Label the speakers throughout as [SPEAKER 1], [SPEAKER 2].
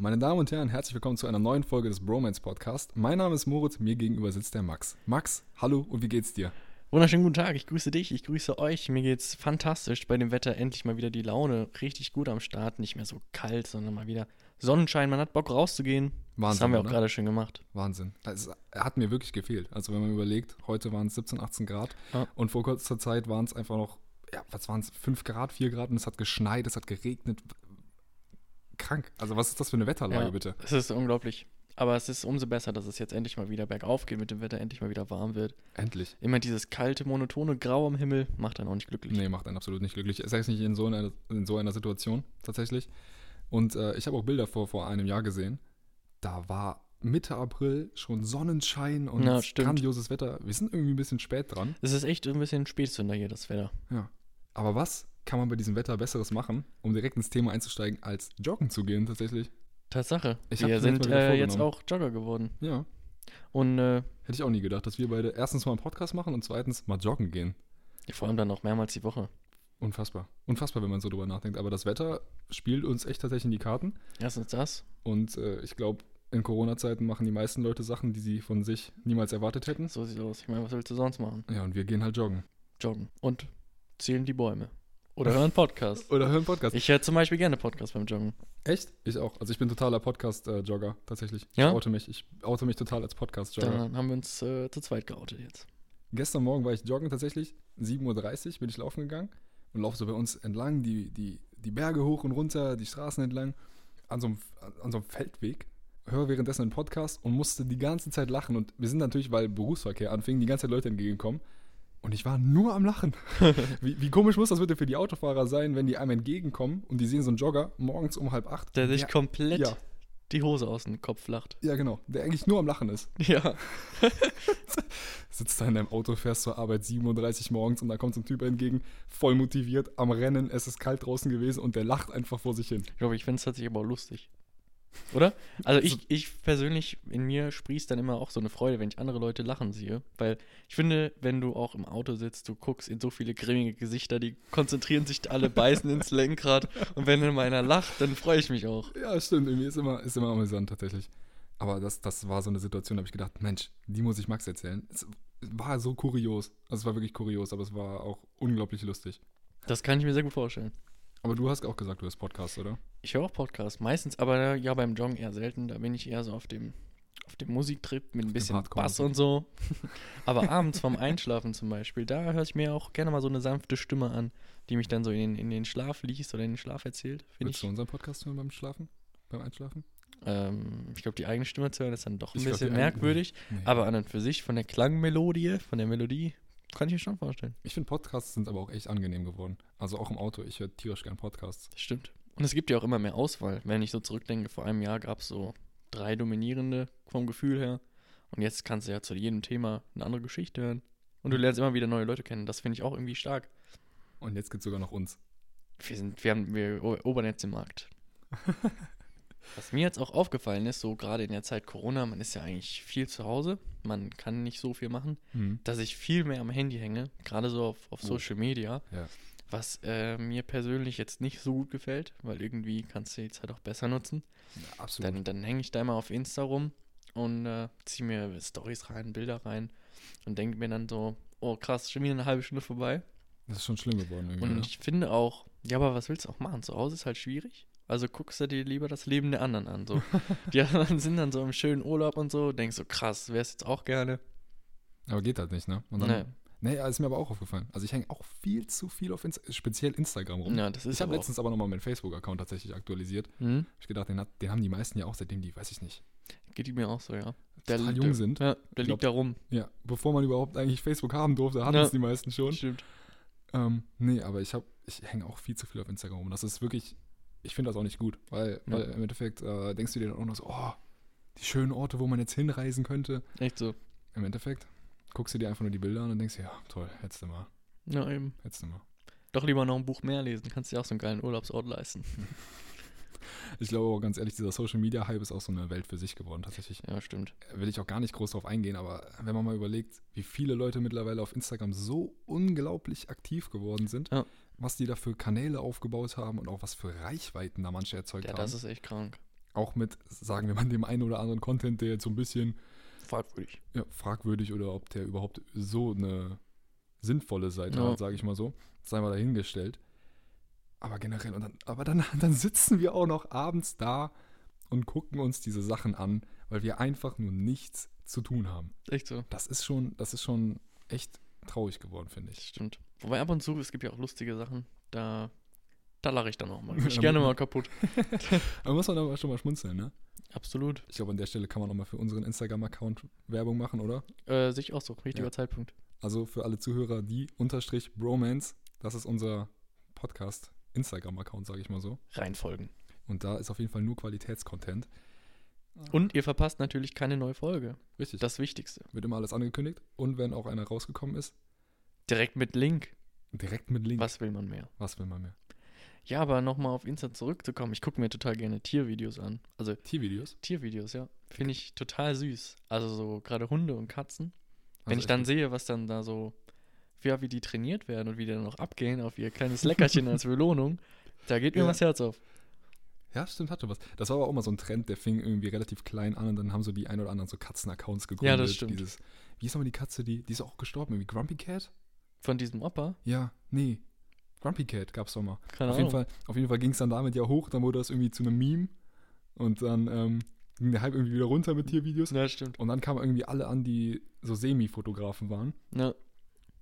[SPEAKER 1] Meine Damen und Herren, herzlich willkommen zu einer neuen Folge des Bromance Podcast. Mein Name ist Moritz, mir gegenüber sitzt der Max. Max, hallo und wie geht's dir?
[SPEAKER 2] Wunderschönen guten Tag, ich grüße dich, ich grüße euch. Mir geht's fantastisch bei dem Wetter. Endlich mal wieder die Laune richtig gut am Start. Nicht mehr so kalt, sondern mal wieder Sonnenschein. Man hat Bock rauszugehen. das
[SPEAKER 1] Wahnsinn,
[SPEAKER 2] haben wir
[SPEAKER 1] oder?
[SPEAKER 2] auch gerade schön gemacht.
[SPEAKER 1] Wahnsinn. Es hat mir wirklich gefehlt. Also wenn man überlegt, heute waren es 17, 18 Grad
[SPEAKER 2] Ja.
[SPEAKER 1] und vor kurzer Zeit waren es einfach noch, ja, was waren es, 5 Grad, 4 Grad und es hat geschneit, es hat geregnet. Krank. Also was ist das für eine Wetterlage
[SPEAKER 2] Ja,
[SPEAKER 1] bitte?
[SPEAKER 2] Es ist unglaublich. Aber es ist umso besser, dass es jetzt endlich mal wieder bergauf geht mit dem Wetter, endlich mal wieder warm wird.
[SPEAKER 1] Endlich.
[SPEAKER 2] Immer dieses kalte, monotone Grau am Himmel macht einen auch nicht glücklich.
[SPEAKER 1] Nee, macht einen absolut nicht glücklich. Es ist nicht in so einer, in so einer Situation tatsächlich. Und äh, ich habe auch Bilder vor, vor einem Jahr gesehen. Da war Mitte April schon Sonnenschein und
[SPEAKER 2] Ja, stimmt.
[SPEAKER 1] grandioses Wetter. Wir sind irgendwie ein bisschen spät dran.
[SPEAKER 2] Es ist echt ein bisschen Spätzünder hier, das Wetter.
[SPEAKER 1] Ja. Aber was kann man bei diesem Wetter Besseres machen, um direkt ins Thema einzusteigen, als joggen zu gehen tatsächlich?
[SPEAKER 2] Tatsache.
[SPEAKER 1] Ich
[SPEAKER 2] wir
[SPEAKER 1] hab's mir jetzt
[SPEAKER 2] sind
[SPEAKER 1] mal wieder
[SPEAKER 2] äh, jetzt
[SPEAKER 1] vorgenommen.
[SPEAKER 2] auch Jogger geworden.
[SPEAKER 1] Ja.
[SPEAKER 2] Und äh,
[SPEAKER 1] Hätte ich auch nie gedacht, dass wir beide erstens mal einen Podcast machen und zweitens mal joggen gehen.
[SPEAKER 2] vor allem dann auch mehrmals die Woche.
[SPEAKER 1] Unfassbar. Unfassbar, wenn man so drüber nachdenkt. Aber das Wetter spielt uns echt tatsächlich in die Karten.
[SPEAKER 2] Erstens das.
[SPEAKER 1] Und äh, ich glaube, in Corona-Zeiten machen die meisten Leute Sachen, die sie von sich niemals erwartet hätten.
[SPEAKER 2] So sieht's aus. Ich meine, was willst du sonst machen?
[SPEAKER 1] Ja, und wir gehen halt joggen.
[SPEAKER 2] joggen und zählen die Bäume. Oder hören Podcast.
[SPEAKER 1] Oder hören Podcast.
[SPEAKER 2] Ich höre zum Beispiel gerne Podcast beim Joggen.
[SPEAKER 1] Echt? Ich auch. Also ich bin totaler Podcast-Jogger, tatsächlich.
[SPEAKER 2] Ja?
[SPEAKER 1] Ich oute mich. Ich oute mich total als Podcast-Jogger.
[SPEAKER 2] Dann haben wir uns äh, zu zweit geoutet jetzt.
[SPEAKER 1] Gestern Morgen war ich joggen tatsächlich. 7.30 Uhr bin ich laufen gegangen und laufe so bei uns entlang, die, die, die Berge hoch und runter, die Straßen entlang, an so einem, an so einem Feldweg. Höre währenddessen einen Podcast und musste die ganze Zeit lachen. Und wir sind natürlich, weil Berufsverkehr anfing, die ganze Zeit Leute entgegenkommen. Und ich war nur am Lachen. wie, wie komisch muss das bitte für die Autofahrer sein, wenn die einem entgegenkommen und die sehen so einen Jogger morgens um halb acht.
[SPEAKER 2] Der sich komplett
[SPEAKER 1] ja.
[SPEAKER 2] die Hose aus dem Kopf lacht.
[SPEAKER 1] ja, genau. Der eigentlich nur am Lachen ist.
[SPEAKER 2] Ja.
[SPEAKER 1] sitzt da in deinem Auto, fährst zur Arbeit 37 morgens und da kommt so ein Typ entgegen, voll motiviert, am Rennen, es ist kalt draußen gewesen und der lacht einfach vor sich hin.
[SPEAKER 2] Ich glaube, ich finde es tatsächlich aber auch lustig. Oder? Also
[SPEAKER 1] So-
[SPEAKER 2] ich, ich persönlich, in mir sprießt dann immer auch so eine Freude, wenn ich andere Leute lachen sehe. Weil ich finde, wenn du auch im Auto sitzt, du guckst in so viele grimmige Gesichter, die konzentrieren sich alle, beißen ins Lenkrad. Und wenn dann mal einer lacht, dann freue ich mich auch.
[SPEAKER 1] Ja, stimmt, irgendwie ist immer, ist immer amüsant tatsächlich. Aber das, das war so eine Situation, da habe ich gedacht, Mensch, die muss ich Max erzählen. Es war so kurios. Also es war wirklich kurios, aber es war auch unglaublich lustig.
[SPEAKER 2] Das kann ich mir sehr gut vorstellen.
[SPEAKER 1] Aber du hast auch gesagt, du hast Podcast, oder?
[SPEAKER 2] Ich höre auch Podcasts, meistens, aber ja, beim Joggen eher selten. Da bin ich eher so auf dem, auf dem Musiktrip mit ein bisschen
[SPEAKER 1] Hardcore-Musik.
[SPEAKER 2] Bass und so. aber abends vorm Einschlafen zum Beispiel, da höre ich mir auch gerne mal so eine sanfte Stimme an, die mich dann so in den, in den Schlaf liest oder in den Schlaf erzählt. Finde
[SPEAKER 1] Willst du
[SPEAKER 2] ich.
[SPEAKER 1] unseren Podcast hören beim Schlafen? Beim Einschlafen?
[SPEAKER 2] Ähm, ich glaube, die eigene Stimme zu hören ist dann doch ein
[SPEAKER 1] Ich glaub, die
[SPEAKER 2] bisschen
[SPEAKER 1] eigene-
[SPEAKER 2] merkwürdig.
[SPEAKER 1] Nee.
[SPEAKER 2] Aber an und für sich, von der Klangmelodie, von der Melodie, kann ich mir schon vorstellen.
[SPEAKER 1] Ich finde, Podcasts sind aber auch echt angenehm geworden. Also auch im Auto, ich höre tierisch gern Podcasts.
[SPEAKER 2] Das stimmt. Und es gibt ja auch immer mehr Auswahl. Wenn ich so zurückdenke, vor einem Jahr gab es so drei dominierende vom Gefühl her. Und jetzt kannst du ja zu jedem Thema eine andere Geschichte hören. Und du lernst immer wieder neue Leute kennen. Das finde ich auch irgendwie stark.
[SPEAKER 1] Und jetzt gibt es sogar noch uns.
[SPEAKER 2] Wir, sind, wir, haben, wir erobern jetzt den Markt. Was mir jetzt auch aufgefallen ist, so gerade in der Zeit Corona, man ist ja eigentlich viel zu Hause. Man kann nicht so viel machen
[SPEAKER 1] Mhm.
[SPEAKER 2] dass ich viel mehr am Handy hänge, gerade so auf, auf
[SPEAKER 1] Oh.
[SPEAKER 2] Social Media,
[SPEAKER 1] Ja.
[SPEAKER 2] was äh, mir persönlich jetzt nicht so gut gefällt, weil irgendwie kannst du die Zeit auch besser nutzen.
[SPEAKER 1] Absolut.
[SPEAKER 2] Dann, dann hänge ich da immer auf Insta rum und äh, ziehe mir Stories rein, Bilder rein und denke mir dann so, oh krass, schon wieder eine halbe Stunde vorbei.
[SPEAKER 1] Das ist schon schlimm geworden irgendwie.
[SPEAKER 2] Und
[SPEAKER 1] ne?
[SPEAKER 2] ich finde auch, ja, aber was willst du auch machen? Zu Hause ist halt schwierig. Also guckst du dir lieber das Leben der anderen an. So. Die anderen sind dann so im schönen Urlaub und so, denkst so, krass, wär's jetzt auch gerne.
[SPEAKER 1] Aber geht halt nicht, ne? Und dann, nee. ja, ist mir aber auch aufgefallen. Also ich hänge auch viel zu viel auf Inst speziell Instagram rum.
[SPEAKER 2] Ja, das ist
[SPEAKER 1] Oh. ich habe
[SPEAKER 2] aber auch-
[SPEAKER 1] letztens aber nochmal meinen Facebook-Account tatsächlich aktualisiert.
[SPEAKER 2] Hm?
[SPEAKER 1] Hab Ich gedacht, den, hat, den haben die meisten ja auch, seitdem die, weiß ich nicht,
[SPEAKER 2] Geht mir auch so, ja.
[SPEAKER 1] total
[SPEAKER 2] liegt-
[SPEAKER 1] jung sind.
[SPEAKER 2] Ja, der
[SPEAKER 1] glaub-
[SPEAKER 2] liegt da rum.
[SPEAKER 1] Ja, bevor man überhaupt eigentlich Facebook haben durfte, hatten
[SPEAKER 2] Ja.
[SPEAKER 1] es die meisten schon.
[SPEAKER 2] Stimmt.
[SPEAKER 1] Ähm, nee, aber ich habe, ich hänge auch viel zu viel auf Instagram rum. Das ist wirklich, ich finde das auch nicht gut, weil,
[SPEAKER 2] Ja.
[SPEAKER 1] weil im Endeffekt äh, denkst du dir dann auch noch so, oh, die schönen Orte, wo man jetzt hinreisen könnte.
[SPEAKER 2] Echt so.
[SPEAKER 1] Im Endeffekt guckst du dir einfach nur die Bilder an und denkst, dir, ja, toll, hättest du mal,
[SPEAKER 2] Na eben.
[SPEAKER 1] hättest du mal.
[SPEAKER 2] Doch lieber noch ein Buch mehr lesen. Kannst dir auch so einen geilen Urlaubsort leisten.
[SPEAKER 1] Ich glaube aber ganz ehrlich, dieser Social Media Hype ist auch so eine Welt für sich geworden. Tatsächlich
[SPEAKER 2] Ja, stimmt.
[SPEAKER 1] will ich auch gar nicht groß drauf eingehen, aber wenn man mal überlegt, wie viele Leute mittlerweile auf Instagram so unglaublich aktiv geworden sind,
[SPEAKER 2] Ja.
[SPEAKER 1] was die da für Kanäle aufgebaut haben und auch was für Reichweiten da manche erzeugt
[SPEAKER 2] Ja,
[SPEAKER 1] haben.
[SPEAKER 2] das ist echt krank.
[SPEAKER 1] auch mit, sagen wir mal, dem einen oder anderen Content, der jetzt so ein bisschen
[SPEAKER 2] Fragwürdig.
[SPEAKER 1] ja, fragwürdig oder ob der überhaupt so eine sinnvolle Seite
[SPEAKER 2] Ja.
[SPEAKER 1] hat, sage ich mal so. Sei mal dahingestellt. Aber generell, und dann, aber dann, dann sitzen wir auch noch abends da und gucken uns diese Sachen an, weil wir einfach nur nichts zu tun haben.
[SPEAKER 2] Echt so.
[SPEAKER 1] Das ist schon, das ist schon echt traurig geworden, finde
[SPEAKER 2] Das
[SPEAKER 1] ich.
[SPEAKER 2] stimmt. Wobei ab und zu, es gibt ja auch lustige Sachen, da, da lache ich dann auch mal.
[SPEAKER 1] Ja, ne?
[SPEAKER 2] Ich gerne
[SPEAKER 1] mit-
[SPEAKER 2] mal kaputt.
[SPEAKER 1] Aber muss man aber schon mal schmunzeln, ne?
[SPEAKER 2] Absolut.
[SPEAKER 1] Ich glaube, an der Stelle kann man auch mal für unseren Instagram-Account Werbung machen, oder?
[SPEAKER 2] Äh, sehe ich auch so. Richtiger
[SPEAKER 1] Ja.
[SPEAKER 2] Zeitpunkt.
[SPEAKER 1] Also für alle Zuhörer, die unterstrich Bromance, das ist unser Podcast-Instagram-Account, sage ich mal so.
[SPEAKER 2] Reinfolgen.
[SPEAKER 1] Und da ist auf jeden Fall nur Qualitätscontent.
[SPEAKER 2] Ah. Und ihr verpasst natürlich keine neue Folge.
[SPEAKER 1] Richtig.
[SPEAKER 2] Das Wichtigste.
[SPEAKER 1] wird immer alles angekündigt. Und wenn auch einer rausgekommen ist,
[SPEAKER 2] Direkt mit Link.
[SPEAKER 1] direkt mit Link.
[SPEAKER 2] Was will man mehr?
[SPEAKER 1] Was will man mehr?
[SPEAKER 2] Ja, aber nochmal auf Insta zurückzukommen. Ich gucke mir total gerne Tiervideos an. Also
[SPEAKER 1] Tiervideos.
[SPEAKER 2] Tiervideos, ja. Finde ich total süß. Also so gerade Hunde und Katzen. Wenn
[SPEAKER 1] Also
[SPEAKER 2] ich dann
[SPEAKER 1] echt-
[SPEAKER 2] sehe, was dann da so, ja, wie die trainiert werden und wie die dann noch abgehen auf ihr kleines Leckerchen als Belohnung, da geht mir
[SPEAKER 1] Ja.
[SPEAKER 2] das Herz auf.
[SPEAKER 1] Ja, stimmt, hat schon was. Das war aber auch mal so ein Trend, der fing irgendwie relativ klein an und dann haben so die ein oder anderen so Katzen-Accounts gegründet.
[SPEAKER 2] Ja, das stimmt.
[SPEAKER 1] Dieses, wie ist nochmal die Katze, die, die ist auch gestorben, irgendwie Grumpy Cat?
[SPEAKER 2] Von diesem Opa?
[SPEAKER 1] Ja, nee. Grumpy Cat gab's doch mal.
[SPEAKER 2] Keine
[SPEAKER 1] auf, jeden
[SPEAKER 2] Ahnung.
[SPEAKER 1] Fall, auf jeden Fall ging es dann damit ja hoch, dann wurde das irgendwie zu einem Meme und dann ähm, ging der Hype irgendwie wieder runter mit Tiervideos.
[SPEAKER 2] Ja, stimmt.
[SPEAKER 1] Und dann kamen irgendwie alle an, die so Semi-Fotografen waren
[SPEAKER 2] Ja,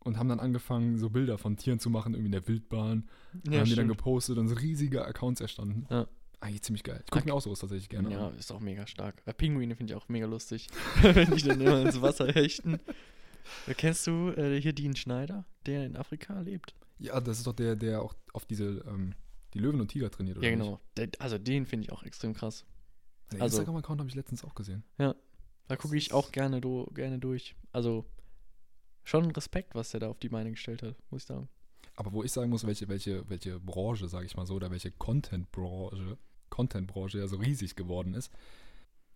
[SPEAKER 1] und haben dann angefangen, so Bilder von Tieren zu machen, irgendwie in der Wildbahn. Ja,
[SPEAKER 2] ja,
[SPEAKER 1] haben die dann
[SPEAKER 2] stimmt.
[SPEAKER 1] gepostet und so riesige Accounts erstanden.
[SPEAKER 2] Ja.
[SPEAKER 1] Eigentlich ziemlich geil. Ich gucke mir auch sowas tatsächlich gerne
[SPEAKER 2] ja,
[SPEAKER 1] an.
[SPEAKER 2] ist auch mega stark. Äh, Pinguine finde ich auch mega lustig, wenn die dann immer ins Wasser hechten. Äh, Kennst du äh, hier Dean Schneider, der in Afrika lebt?
[SPEAKER 1] Ja, das ist doch der, der auch auf diese, ähm, die Löwen und Tiger trainiert, oder
[SPEAKER 2] ja, genau. Der, also den finde ich auch extrem krass.
[SPEAKER 1] nicht? Den
[SPEAKER 2] Also-
[SPEAKER 1] Instagram-Account habe ich letztens auch gesehen.
[SPEAKER 2] Da gucke ich auch gerne, do, gerne durch. Also schon Respekt, was der da auf die Beine gestellt hat, muss ich sagen.
[SPEAKER 1] Aber wo ich sagen muss, welche, welche, welche Branche, sage ich mal so, oder welche Content-Branche, Content-Branche ja so riesig geworden ist,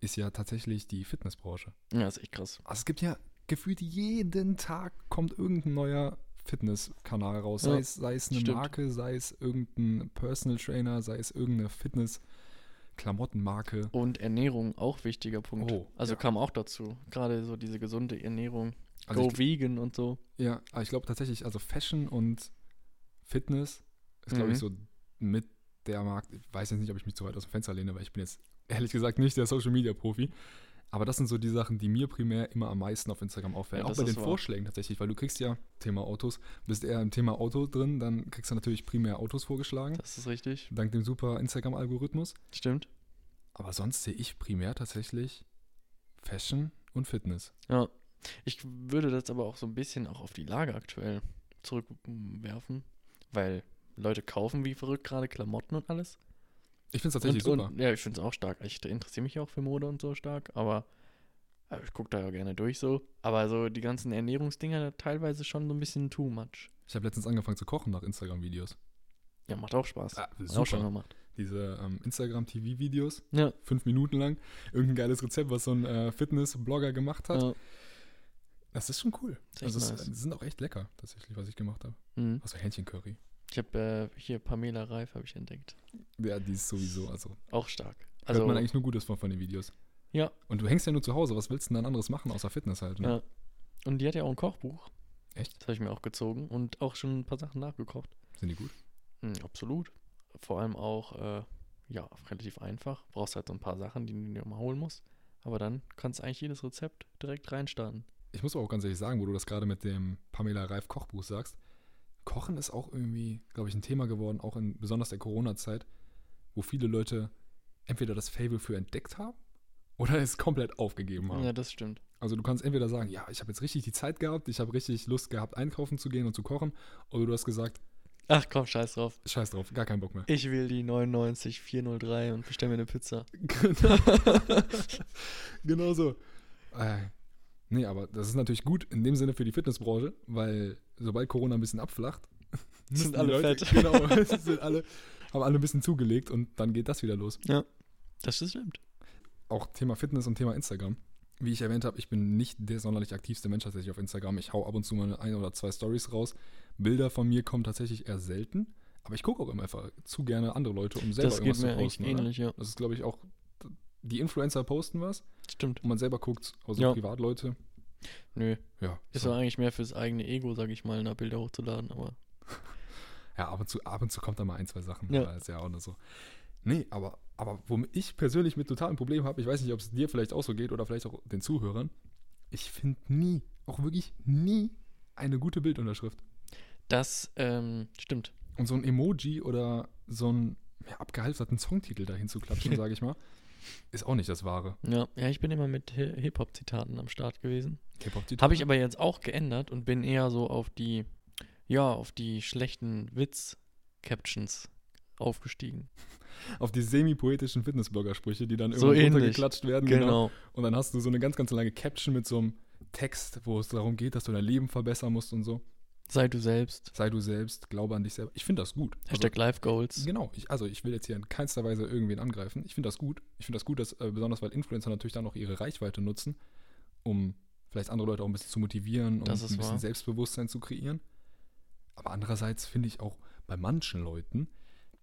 [SPEAKER 1] ist ja tatsächlich die Fitnessbranche.
[SPEAKER 2] Ja, ist echt krass.
[SPEAKER 1] Also es gibt ja gefühlt jeden Tag kommt irgendein neuer Fitnesskanal raus. Sei,
[SPEAKER 2] Ja,
[SPEAKER 1] es, sei es eine
[SPEAKER 2] stimmt.
[SPEAKER 1] Marke, sei es irgendein Personal Trainer, sei es irgendeine Fitness-Klamottenmarke.
[SPEAKER 2] Und Ernährung, auch wichtiger Punkt.
[SPEAKER 1] Oh,
[SPEAKER 2] also
[SPEAKER 1] ja.
[SPEAKER 2] kam auch dazu. Gerade so diese gesunde Ernährung,
[SPEAKER 1] Also
[SPEAKER 2] Go
[SPEAKER 1] ich,
[SPEAKER 2] Vegan und so.
[SPEAKER 1] ja, aber ich glaube tatsächlich, also Fashion und Fitness ist, glaube
[SPEAKER 2] Mhm.
[SPEAKER 1] ich, so mit der Markt. Ich weiß jetzt nicht, ob ich mich zu weit aus dem Fenster lehne, weil ich bin jetzt ehrlich gesagt nicht der Social Media Profi. Aber das sind so die Sachen, die mir primär immer am meisten auf Instagram auffallen.
[SPEAKER 2] Ja,
[SPEAKER 1] auch
[SPEAKER 2] das
[SPEAKER 1] bei den
[SPEAKER 2] ist wahr.
[SPEAKER 1] Vorschlägen tatsächlich, weil du kriegst ja, Thema Autos, bist eher im Thema Auto drin, dann kriegst du natürlich primär Autos vorgeschlagen,
[SPEAKER 2] Das ist richtig.
[SPEAKER 1] dank dem super Instagram-Algorithmus.
[SPEAKER 2] Stimmt.
[SPEAKER 1] Aber sonst sehe ich primär tatsächlich Fashion und Fitness.
[SPEAKER 2] Ja. Ich würde das aber auch so ein bisschen auch auf die Lage aktuell zurückwerfen, weil Leute kaufen wie verrückt gerade Klamotten und alles.
[SPEAKER 1] Ich finde es tatsächlich
[SPEAKER 2] und,
[SPEAKER 1] super.
[SPEAKER 2] Und, ja, ich finde es auch stark. Ich interessiere mich auch für Mode und so stark, aber aber ich gucke da ja gerne durch so. Aber so die ganzen Ernährungsdinger teilweise schon so ein bisschen too much.
[SPEAKER 1] ich habe letztens angefangen zu kochen nach Instagram-Videos.
[SPEAKER 2] Ja, macht auch Spaß.
[SPEAKER 1] Ah,
[SPEAKER 2] Hat auch schon gemacht.
[SPEAKER 1] diese ähm, Instagram-TV-Videos,
[SPEAKER 2] Ja.
[SPEAKER 1] fünf Minuten lang, irgendein geiles Rezept, was so ein äh, Fitness-Blogger gemacht hat.
[SPEAKER 2] ja.
[SPEAKER 1] Das ist schon cool.
[SPEAKER 2] Ist echt
[SPEAKER 1] Also es,
[SPEAKER 2] nice.
[SPEAKER 1] die sind auch echt lecker, tatsächlich, was ich gemacht habe.
[SPEAKER 2] Mhm.
[SPEAKER 1] Also Hähnchencurry.
[SPEAKER 2] Ich habe äh, hier Pamela Reif habe ich entdeckt.
[SPEAKER 1] Ja, die ist sowieso, also,
[SPEAKER 2] Auch stark.
[SPEAKER 1] hört man
[SPEAKER 2] Also
[SPEAKER 1] eigentlich nur Gutes von, von den Videos.
[SPEAKER 2] Ja.
[SPEAKER 1] Und du hängst ja nur zu Hause, was willst du denn dann anderes machen, außer Fitness halt, ne?
[SPEAKER 2] Ja. und die hat ja auch ein Kochbuch.
[SPEAKER 1] Echt?
[SPEAKER 2] Das habe ich mir auch gezogen und auch schon ein paar Sachen nachgekocht.
[SPEAKER 1] Sind die gut?
[SPEAKER 2] Mhm, absolut. Vor allem auch, äh, ja, relativ einfach. Brauchst halt so ein paar Sachen, die du dir mal holen musst. Aber dann kannst du eigentlich jedes Rezept direkt reinstarten.
[SPEAKER 1] Ich muss aber auch ganz ehrlich sagen, wo du das gerade mit dem Pamela Reif Kochbuch sagst, Kochen ist auch irgendwie, glaube ich, ein Thema geworden, auch in besonders der Corona-Zeit, wo viele Leute entweder das Fable für entdeckt haben oder es komplett aufgegeben haben.
[SPEAKER 2] Ja, das stimmt.
[SPEAKER 1] Also du kannst entweder sagen, ja, ich habe jetzt richtig die Zeit gehabt, ich habe richtig Lust gehabt, einkaufen zu gehen und zu kochen, oder du hast gesagt,
[SPEAKER 2] Ach komm, scheiß drauf.
[SPEAKER 1] scheiß drauf, gar keinen Bock mehr.
[SPEAKER 2] Ich will die 99403 und bestell mir eine Pizza.
[SPEAKER 1] Genau, genau so. Äh, nee, aber das ist natürlich gut in dem Sinne für die Fitnessbranche, weil sobald Corona ein bisschen abflacht,
[SPEAKER 2] Sind
[SPEAKER 1] müssen die
[SPEAKER 2] alle
[SPEAKER 1] Leute,
[SPEAKER 2] fett.
[SPEAKER 1] Genau, sind alle, haben alle ein bisschen zugelegt und dann geht das wieder los.
[SPEAKER 2] Das ist stimmt.
[SPEAKER 1] auch Thema Fitness und Thema Instagram. Wie ich erwähnt habe, ich bin nicht der sonderlich aktivste Mensch tatsächlich auf Instagram. Ich hau ab und zu mal ein oder zwei Stories raus. Bilder von mir kommen tatsächlich eher selten. Aber ich gucke auch immer einfach zu gerne andere Leute, um selber
[SPEAKER 2] das geht
[SPEAKER 1] irgendwas
[SPEAKER 2] mir
[SPEAKER 1] zu
[SPEAKER 2] eigentlich
[SPEAKER 1] posten. Oder?
[SPEAKER 2] ähnlich, ja.
[SPEAKER 1] Das ist, glaube ich, auch die Influencer posten was
[SPEAKER 2] Stimmt.
[SPEAKER 1] und man selber guckt, also
[SPEAKER 2] Ja.
[SPEAKER 1] Privatleute.
[SPEAKER 2] Nö.
[SPEAKER 1] Ja,
[SPEAKER 2] Ist
[SPEAKER 1] so.
[SPEAKER 2] doch eigentlich mehr fürs eigene Ego, sag ich mal, da Bilder hochzuladen, aber.
[SPEAKER 1] ja ab, und zu, ab und zu kommt da mal ein, zwei Sachen.
[SPEAKER 2] Ja.
[SPEAKER 1] Ja. Ist ja auch nur so. Nee, aber, aber womit ich persönlich mit totalem Problem habe, ich weiß nicht, ob es dir vielleicht auch so geht oder vielleicht auch den Zuhörern, ich finde nie, auch wirklich nie eine gute Bildunterschrift.
[SPEAKER 2] Das, ähm, stimmt.
[SPEAKER 1] Und so ein Emoji oder so einen ja, abgehalfterten Songtitel dahin zu klatschen, sage ich mal, ist auch nicht das Wahre.
[SPEAKER 2] Ja, ja ich bin immer mit Hi- Hip-Hop-Zitaten am Start gewesen.
[SPEAKER 1] K-Pop-Titel.
[SPEAKER 2] Habe ich aber jetzt auch geändert und bin eher so auf die, ja, auf die schlechten Witz-Captions aufgestiegen.
[SPEAKER 1] Auf die semi-poetischen Fitnessblogger-Sprüche, die dann
[SPEAKER 2] So
[SPEAKER 1] irgendwie
[SPEAKER 2] ähnlich.
[SPEAKER 1] runtergeklatscht werden.
[SPEAKER 2] Genau.
[SPEAKER 1] Und dann hast du so eine ganz, ganz lange Caption mit so einem Text, wo es darum geht, dass du dein Leben verbessern musst und so.
[SPEAKER 2] Sei du selbst.
[SPEAKER 1] Sei du selbst, glaube an dich selber. Ich finde das gut.
[SPEAKER 2] Hashtag Life Goals.
[SPEAKER 1] Also, genau. Ich, also ich will jetzt hier in keinster Weise irgendwen angreifen. Ich finde das gut. Ich finde das gut, dass äh, besonders weil Influencer natürlich dann auch ihre Reichweite nutzen, um vielleicht andere Leute auch ein bisschen zu motivieren und ein
[SPEAKER 2] Das ist
[SPEAKER 1] bisschen
[SPEAKER 2] wahr.
[SPEAKER 1] Selbstbewusstsein zu kreieren. Aber andererseits finde ich auch bei manchen Leuten,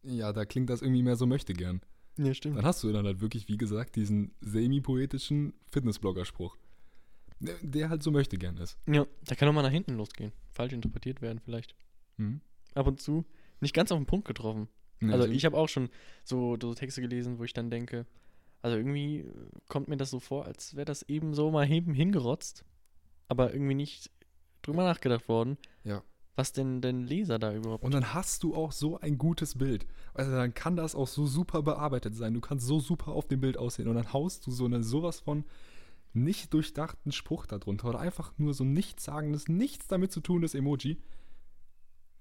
[SPEAKER 1] ja, da klingt das irgendwie mehr so möchte gern.
[SPEAKER 2] Ja, stimmt.
[SPEAKER 1] Dann hast du dann halt wirklich, wie gesagt, diesen semi-poetischen Fitnessblogger-Spruch. Der- Der halt so möchte gern ist.
[SPEAKER 2] Ja, da kann auch mal nach hinten losgehen. Falsch interpretiert werden vielleicht.
[SPEAKER 1] Mhm.
[SPEAKER 2] Ab und zu nicht ganz auf den Punkt getroffen.
[SPEAKER 1] Nee,
[SPEAKER 2] Also
[SPEAKER 1] so-
[SPEAKER 2] ich habe auch schon so, so Texte gelesen, wo ich dann denke, also irgendwie äh, kommt mir das so vor, als wäre das eben so mal eben hingerotzt, aber irgendwie nicht drüber nachgedacht worden.
[SPEAKER 1] Ja.
[SPEAKER 2] Was denn denn Leser da überhaupt?
[SPEAKER 1] Und dann hast du auch so ein gutes Bild. Also dann kann das auch so super bearbeitet sein. Du kannst so super auf dem Bild aussehen. Und dann haust du so eine sowas von nicht durchdachten Spruch darunter oder einfach nur so ein nichtssagendes, nichts damit zu tunendes Emoji.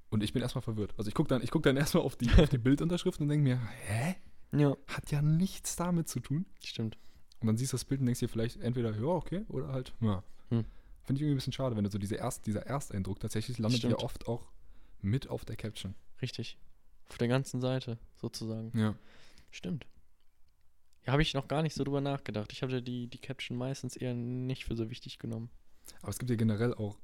[SPEAKER 1] Und ich bin erstmal verwirrt. Also ich gucke dann, ich guck dann erstmal auf die, auf die Bildunterschrift und denke mir, hä?
[SPEAKER 2] Ja,
[SPEAKER 1] Hat ja nichts damit zu tun.
[SPEAKER 2] stimmt.
[SPEAKER 1] Und dann siehst du das Bild und denkst dir vielleicht entweder, ja, okay, oder halt, ja.
[SPEAKER 2] Hm.
[SPEAKER 1] Finde ich irgendwie ein bisschen schade, wenn du so diese Erst, dieser Ersteindruck tatsächlich landet ja
[SPEAKER 2] Stimmt.
[SPEAKER 1] oft auch mit auf der Caption.
[SPEAKER 2] Richtig. Auf der ganzen Seite sozusagen.
[SPEAKER 1] Ja.
[SPEAKER 2] Stimmt. Ja, habe ich noch gar nicht so drüber nachgedacht. Ich hatte die, die Caption meistens eher nicht für so wichtig genommen.
[SPEAKER 1] Aber es gibt ja generell auch,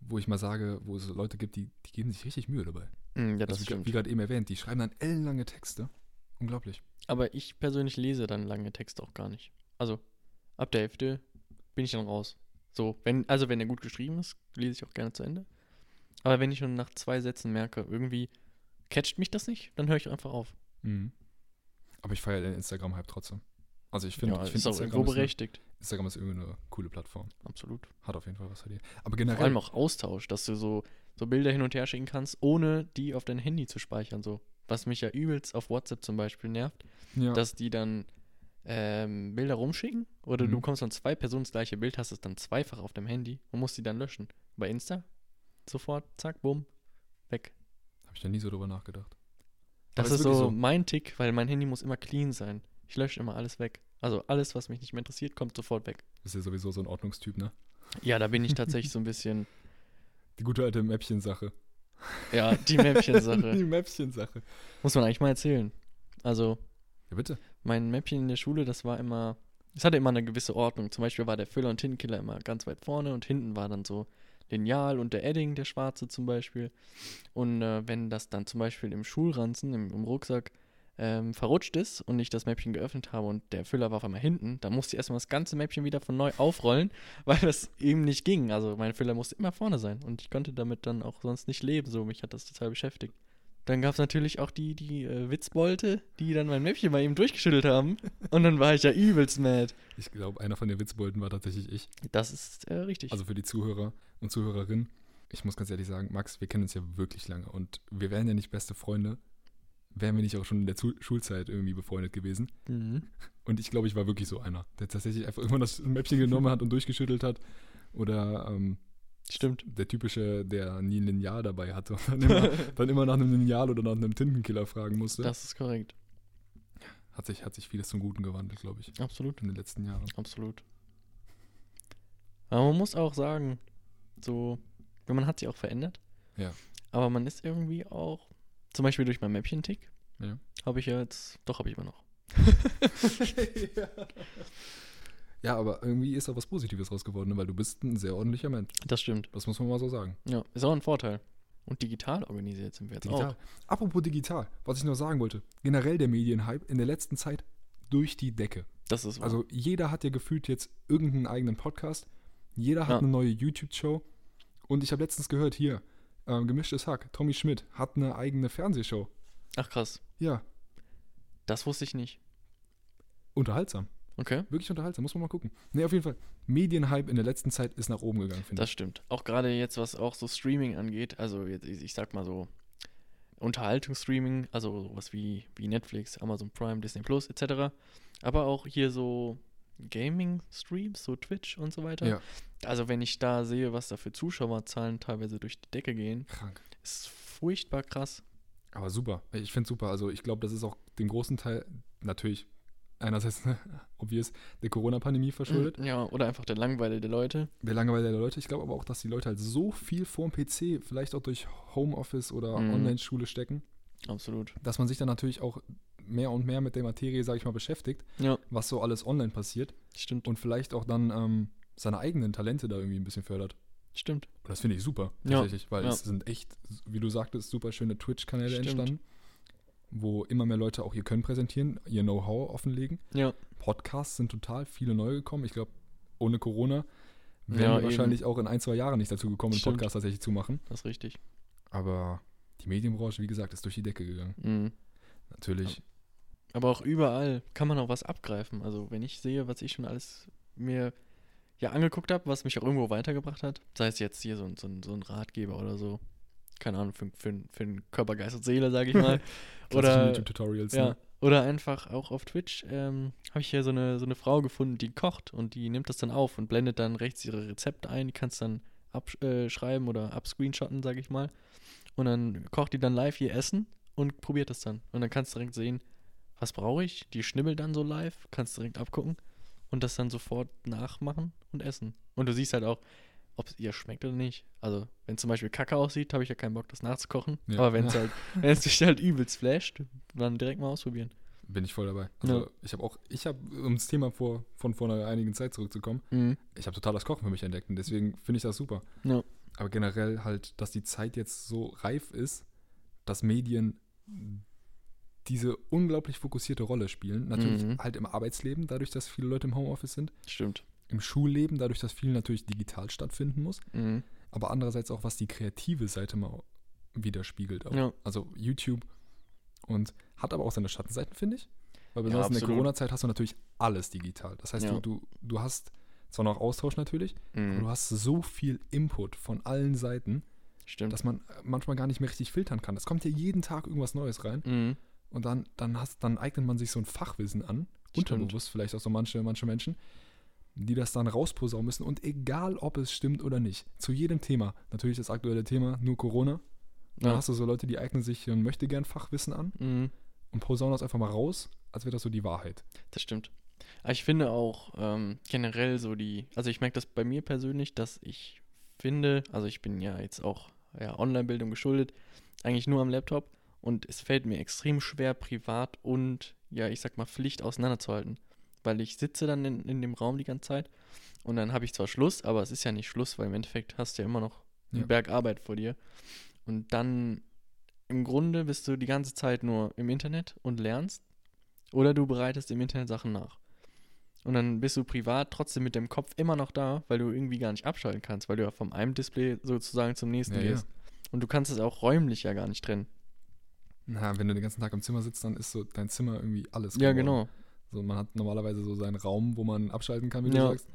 [SPEAKER 1] wo ich mal sage, wo es Leute gibt, die, die geben sich richtig Mühe dabei.
[SPEAKER 2] Mm, ja, das
[SPEAKER 1] also, wie-
[SPEAKER 2] stimmt.
[SPEAKER 1] Wie gerade eben erwähnt, die schreiben dann ellenlange Texte. Unglaublich.
[SPEAKER 2] Aber ich persönlich lese dann lange Texte auch gar nicht. Also, ab der Hälfte bin ich dann raus. So, wenn, also wenn er gut geschrieben ist, lese ich auch gerne zu Ende. Aber wenn ich schon nach zwei Sätzen merke, irgendwie catcht mich das nicht, dann höre ich einfach auf.
[SPEAKER 1] Aber ich feiere den Instagram-Hype trotzdem. Also ich finde,
[SPEAKER 2] ja,
[SPEAKER 1] ich
[SPEAKER 2] ist
[SPEAKER 1] finde
[SPEAKER 2] auch
[SPEAKER 1] Instagram,
[SPEAKER 2] irgendwo
[SPEAKER 1] ist eine-
[SPEAKER 2] berechtigt.
[SPEAKER 1] Instagram ist irgendwie eine coole Plattform.
[SPEAKER 2] Absolut.
[SPEAKER 1] Hat auf jeden Fall was für die. Aber
[SPEAKER 2] Vor allem
[SPEAKER 1] generell,
[SPEAKER 2] auch Austausch, dass du so, so Bilder hin und her schicken kannst, ohne die auf dein Handy zu speichern. So. Was mich ja übelst auf WhatsApp zum Beispiel nervt.
[SPEAKER 1] ja,
[SPEAKER 2] dass die dann ähm, Bilder rumschicken oder du
[SPEAKER 1] Mhm.
[SPEAKER 2] kommst von zwei Personen das gleiche Bild, hast es dann zweifach auf dem Handy und musst die dann löschen. Bei Insta sofort, zack, bumm, weg.
[SPEAKER 1] habe ich ja nie so drüber nachgedacht.
[SPEAKER 2] Das
[SPEAKER 1] Aber
[SPEAKER 2] ist
[SPEAKER 1] ist
[SPEAKER 2] so,
[SPEAKER 1] wirklich so.
[SPEAKER 2] mein Tick, weil mein Handy muss immer clean sein. Ich lösche immer alles weg. Also alles, was mich nicht mehr interessiert, kommt sofort weg.
[SPEAKER 1] Bist ja sowieso so ein Ordnungstyp, ne?
[SPEAKER 2] Ja, da bin ich tatsächlich so ein bisschen,
[SPEAKER 1] Die gute alte Mäppchen-Sache.
[SPEAKER 2] ja, die Mäppchen-Sache.
[SPEAKER 1] die Mäppchen-Sache.
[SPEAKER 2] Muss man eigentlich mal erzählen. Also,
[SPEAKER 1] Ja, bitte.
[SPEAKER 2] mein Mäppchen in der Schule, das war immer, es hatte immer eine gewisse Ordnung. Zum Beispiel war der Füller und Tintenkiller immer ganz weit vorne und hinten war dann so Lineal und der Edding, der schwarze zum Beispiel. Und äh, wenn das dann zum Beispiel im Schulranzen, im, im Rucksack ähm, verrutscht ist und ich das Mäppchen geöffnet habe und der Füller war auf einmal hinten, dann musste ich erstmal das ganze Mäppchen wieder von neu aufrollen, weil das eben nicht ging. Also mein Füller musste immer vorne sein und ich konnte damit dann auch sonst nicht leben. So, mich hat das total beschäftigt. Dann gab es natürlich auch die, die äh, Witzbolte, die dann mein Mäppchen mal eben durchgeschüttelt haben. Und dann war ich ja übelst mad.
[SPEAKER 1] Ich glaube, einer von den Witzbolden war tatsächlich ich.
[SPEAKER 2] Das ist äh, richtig.
[SPEAKER 1] Also für die Zuhörer und Zuhörerinnen, ich muss ganz ehrlich sagen, Max, wir kennen uns ja wirklich lange und wir wären ja nicht beste Freunde, wären wir nicht auch schon in der Zu Schulzeit irgendwie befreundet gewesen.
[SPEAKER 2] mhm.
[SPEAKER 1] Und ich glaube, ich war wirklich so einer, der tatsächlich einfach irgendwann das Mäppchen genommen hat und durchgeschüttelt hat. Oder ähm,
[SPEAKER 2] Stimmt.
[SPEAKER 1] der typische, der nie ein Lineal dabei hatte und dann immer, dann immer nach einem Lineal oder nach einem Tintenkiller fragen musste.
[SPEAKER 2] Das ist korrekt.
[SPEAKER 1] Hat sich, hat sich vieles zum Guten gewandelt, glaube ich,
[SPEAKER 2] Absolut.
[SPEAKER 1] in den letzten Jahren.
[SPEAKER 2] Absolut. Aber man muss auch sagen, so, weil man hat sich auch verändert.
[SPEAKER 1] Ja.
[SPEAKER 2] Aber man ist irgendwie auch, zum Beispiel durch meinen Mäppchen-Tick,
[SPEAKER 1] Ja.
[SPEAKER 2] habe ich ja jetzt, doch habe ich immer noch.
[SPEAKER 1] Ja, aber irgendwie ist da was Positives raus geworden, ne? weil du bist ein sehr ordentlicher Mensch.
[SPEAKER 2] Das stimmt.
[SPEAKER 1] Das muss man mal so sagen.
[SPEAKER 2] Ja, ist auch ein Vorteil. Und digital organisiert sind wir jetzt
[SPEAKER 1] Digital. Apropos digital, was ich noch sagen wollte. Generell der Medienhype in der letzten Zeit durch die Decke.
[SPEAKER 2] Das ist wahr.
[SPEAKER 1] Also jeder hat ja gefühlt jetzt irgendeinen eigenen Podcast. Jeder hat
[SPEAKER 2] Ja.
[SPEAKER 1] eine neue YouTube-Show. Und ich habe letztens gehört, hier, ähm, gemischtes Hack, Tommy Schmidt hat eine eigene Fernsehshow.
[SPEAKER 2] Ach krass,
[SPEAKER 1] Ja,
[SPEAKER 2] das wusste ich nicht.
[SPEAKER 1] unterhaltsam.
[SPEAKER 2] Okay,
[SPEAKER 1] Wirklich unterhaltsam, muss man mal gucken. Nee, auf jeden Fall. Medienhype in der letzten Zeit ist nach oben gegangen, finde
[SPEAKER 2] das stimmt. Auch gerade jetzt, was auch so Streaming angeht, also jetzt, ich ich sag mal so Unterhaltungsstreaming, also sowas wie, wie Netflix, Amazon Prime, Disney Plus etc. Aber auch hier so Gaming-Streams, so Twitch und so weiter.
[SPEAKER 1] Ja.
[SPEAKER 2] Also wenn ich da sehe, was da für Zuschauerzahlen teilweise durch die Decke gehen,
[SPEAKER 1] ich. Krank.
[SPEAKER 2] ist furchtbar krass.
[SPEAKER 1] Aber super. Ich finde super. Also ich glaube, das ist auch dem großen Teil natürlich einerseits, obvious, der Corona-Pandemie verschuldet.
[SPEAKER 2] Mhm. Ja, oder einfach der Langweile der Leute.
[SPEAKER 1] der Langeweile der Leute. Ich glaube aber auch, dass die Leute halt so viel vorm PC, vielleicht auch durch Homeoffice oder
[SPEAKER 2] Mhm.
[SPEAKER 1] Online-Schule stecken,
[SPEAKER 2] Absolut.
[SPEAKER 1] dass man sich dann natürlich auch mehr und mehr mit der Materie, sage ich mal, beschäftigt,
[SPEAKER 2] Ja,
[SPEAKER 1] was so alles online passiert
[SPEAKER 2] stimmt.
[SPEAKER 1] und vielleicht auch dann ähm, seine eigenen Talente da irgendwie ein bisschen fördert.
[SPEAKER 2] Stimmt.
[SPEAKER 1] Und das finde ich super,
[SPEAKER 2] Ja.
[SPEAKER 1] tatsächlich, weil
[SPEAKER 2] Ja.
[SPEAKER 1] es sind echt, wie du sagtest, super schöne Twitch-Kanäle
[SPEAKER 2] Stimmt.
[SPEAKER 1] entstanden, wo immer mehr Leute auch ihr Können präsentieren, ihr Know-how offenlegen.
[SPEAKER 2] Ja,
[SPEAKER 1] Podcasts sind total viele neue gekommen. Ich glaube, ohne Corona wären
[SPEAKER 2] Ja,
[SPEAKER 1] wir wahrscheinlich auch in ein, zwei Jahren nicht dazu gekommen, einen
[SPEAKER 2] Stimmt.
[SPEAKER 1] Podcast tatsächlich zu machen.
[SPEAKER 2] das ist richtig.
[SPEAKER 1] Aber die Medienbranche, wie gesagt, ist durch die Decke gegangen.
[SPEAKER 2] Mhm.
[SPEAKER 1] Natürlich.
[SPEAKER 2] Aber auch überall kann man auch was abgreifen. Also wenn ich sehe, was ich schon alles mir ja angeguckt habe, was mich auch irgendwo weitergebracht hat, sei es jetzt hier so, ein- so, ein- so ein Ratgeber oder so, keine Ahnung, für, für, für den Körper, Geist und Seele, sage ich mal.
[SPEAKER 1] Klassische
[SPEAKER 2] oder,
[SPEAKER 1] YouTube-Tutorials.
[SPEAKER 2] ja,
[SPEAKER 1] Ne?
[SPEAKER 2] oder einfach auch auf Twitch ähm, habe ich hier so eine, so eine Frau gefunden, die kocht und die nimmt das dann auf und blendet dann rechts ihre Rezepte ein, die kannst dann abschreiben oder abscreenshotten, sage ich mal. Und dann kocht die dann live ihr Essen und probiert das dann. Und dann kannst du direkt sehen, was brauche ich? Die schnibbelt dann so live, kannst direkt abgucken und das dann sofort nachmachen und essen. Und du siehst halt auch, ob es ihr schmeckt oder nicht. Also, wenn zum Beispiel Kacke aussieht, habe ich ja keinen Bock, das nachzukochen.
[SPEAKER 1] Ja.
[SPEAKER 2] Aber wenn es halt, wenn es dich halt übelst flasht, dann direkt mal ausprobieren.
[SPEAKER 1] Bin ich voll dabei. Also
[SPEAKER 2] Ja.
[SPEAKER 1] ich habe auch, ich habe, um das Thema vor, von vor einer einigen Zeit zurückzukommen,
[SPEAKER 2] Mhm.
[SPEAKER 1] ich habe total das Kochen für mich entdeckt und deswegen finde ich das super.
[SPEAKER 2] Ja.
[SPEAKER 1] Aber generell halt, dass die Zeit jetzt so reif ist, dass Medien diese unglaublich fokussierte Rolle spielen. Natürlich
[SPEAKER 2] Mhm.
[SPEAKER 1] halt im Arbeitsleben, dadurch, dass viele Leute im Homeoffice sind.
[SPEAKER 2] Stimmt.
[SPEAKER 1] Im Schulleben, dadurch, dass viel natürlich digital stattfinden muss.
[SPEAKER 2] Mhm.
[SPEAKER 1] aber andererseits auch, was die kreative Seite mal widerspiegelt. Auch.
[SPEAKER 2] Ja.
[SPEAKER 1] Also YouTube und hat aber auch seine Schattenseiten, finde ich. Weil besonders in der
[SPEAKER 2] absolut.
[SPEAKER 1] Corona-Zeit hast du natürlich alles digital. Das heißt,
[SPEAKER 2] Ja.
[SPEAKER 1] du, du, du hast zwar noch Austausch natürlich, aber du
[SPEAKER 2] Mhm.
[SPEAKER 1] hast so viel Input von allen Seiten,
[SPEAKER 2] Stimmt.
[SPEAKER 1] dass man äh, manchmal gar nicht mehr richtig filtern kann. Es kommt ja jeden Tag irgendwas Neues rein
[SPEAKER 2] mhm.
[SPEAKER 1] und dann, dann, hast, dann eignet man sich so ein Fachwissen an,
[SPEAKER 2] Stimmt.
[SPEAKER 1] unterbewusst vielleicht auch so manche, manche Menschen, die das dann rausposaunen müssen und egal, ob es stimmt oder nicht, zu jedem Thema, natürlich das aktuelle Thema, nur Corona, dann
[SPEAKER 2] Ja.
[SPEAKER 1] hast du so Leute, die eignen sich und möchte gern Fachwissen an
[SPEAKER 2] Mhm.
[SPEAKER 1] und posaunen das einfach mal raus, als wäre das so die Wahrheit.
[SPEAKER 2] Das stimmt. Aber ich finde auch ähm, generell so die, also ich merke das bei mir persönlich, dass ich finde, also ich bin ja jetzt auch ja, Online-Bildung geschuldet, eigentlich nur am Laptop und es fällt mir extrem schwer, privat und ja, ich sag mal, Pflicht auseinanderzuhalten. Weil ich sitze dann in, in dem Raum die ganze Zeit und dann habe ich zwar Schluss, aber es ist ja nicht Schluss, weil im Endeffekt hast du ja immer noch einen
[SPEAKER 1] Ja.
[SPEAKER 2] Berg Arbeit vor dir. Und dann im Grunde bist du die ganze Zeit nur im Internet und lernst oder du bereitest im Internet Sachen nach. Und dann bist du privat trotzdem mit dem Kopf immer noch da, weil du irgendwie gar nicht abschalten kannst, weil du ja vom einem Display sozusagen zum nächsten
[SPEAKER 1] Ja, ja.
[SPEAKER 2] gehst. Und du kannst es auch räumlich ja gar nicht trennen.
[SPEAKER 1] Na, wenn du den ganzen Tag im Zimmer sitzt, dann ist so dein Zimmer irgendwie alles.
[SPEAKER 2] Ja,
[SPEAKER 1] geworden.
[SPEAKER 2] genau.
[SPEAKER 1] So, man hat normalerweise so seinen Raum, wo man abschalten kann, wie du
[SPEAKER 2] Ja.
[SPEAKER 1] sagst.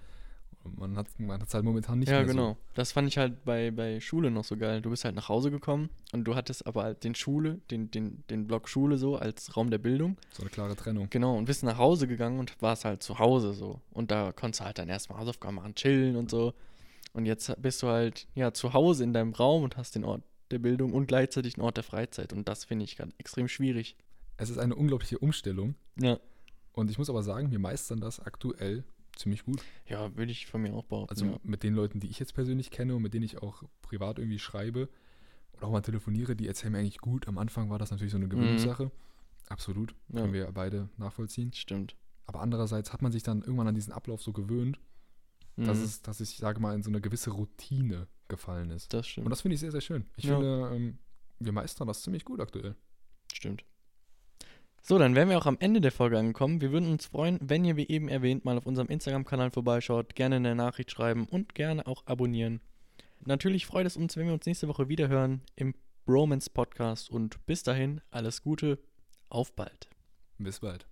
[SPEAKER 1] Und man hat es halt momentan nicht
[SPEAKER 2] ja,
[SPEAKER 1] mehr
[SPEAKER 2] genau. Das fand ich halt bei, bei Schule noch so geil. Du bist halt nach Hause gekommen und du hattest aber halt den Schule, den, den, den Block Schule so als Raum der Bildung.
[SPEAKER 1] so. So eine klare Trennung.
[SPEAKER 2] Genau, und bist nach Hause gegangen und warst halt zu Hause so. Und da konntest du halt dann erstmal Hausaufgaben machen, chillen und so. Und jetzt bist du halt, ja, zu Hause in deinem Raum und hast den Ort der Bildung und gleichzeitig einen Ort der Freizeit. Und das finde ich gerade extrem schwierig.
[SPEAKER 1] Es ist eine unglaubliche Umstellung.
[SPEAKER 2] Ja.
[SPEAKER 1] Und ich muss aber sagen, wir meistern das aktuell ziemlich gut.
[SPEAKER 2] Ja, würde ich von mir auch behaupten.
[SPEAKER 1] Also
[SPEAKER 2] ja.
[SPEAKER 1] mit den Leuten, die ich jetzt persönlich kenne und mit denen ich auch privat irgendwie schreibe oder auch mal telefoniere, die erzählen mir eigentlich gut. Am Anfang war das natürlich so eine Gewöhnungssache. Absolut,
[SPEAKER 2] Mhm. Ja.
[SPEAKER 1] können wir beide nachvollziehen.
[SPEAKER 2] Stimmt.
[SPEAKER 1] Aber andererseits hat man sich dann irgendwann an diesen Ablauf so gewöhnt, dass
[SPEAKER 2] Mhm,
[SPEAKER 1] es, dass ich sage mal, in so eine gewisse Routine gefallen ist.
[SPEAKER 2] das
[SPEAKER 1] Und
[SPEAKER 2] stimmt.
[SPEAKER 1] das finde ich sehr, sehr schön. Ich
[SPEAKER 2] Ja.
[SPEAKER 1] finde, ähm, wir meistern das ziemlich gut aktuell.
[SPEAKER 2] Stimmt. So, dann wären wir auch am Ende der Folge angekommen. Wir würden uns freuen, wenn ihr, wie eben erwähnt, mal auf unserem Instagram-Kanal vorbeischaut, gerne eine Nachricht schreiben und gerne auch abonnieren. Natürlich freut es uns, wenn wir uns nächste Woche wieder hören im Bromance Podcast und bis dahin alles Gute, auf bald.
[SPEAKER 1] Bis bald.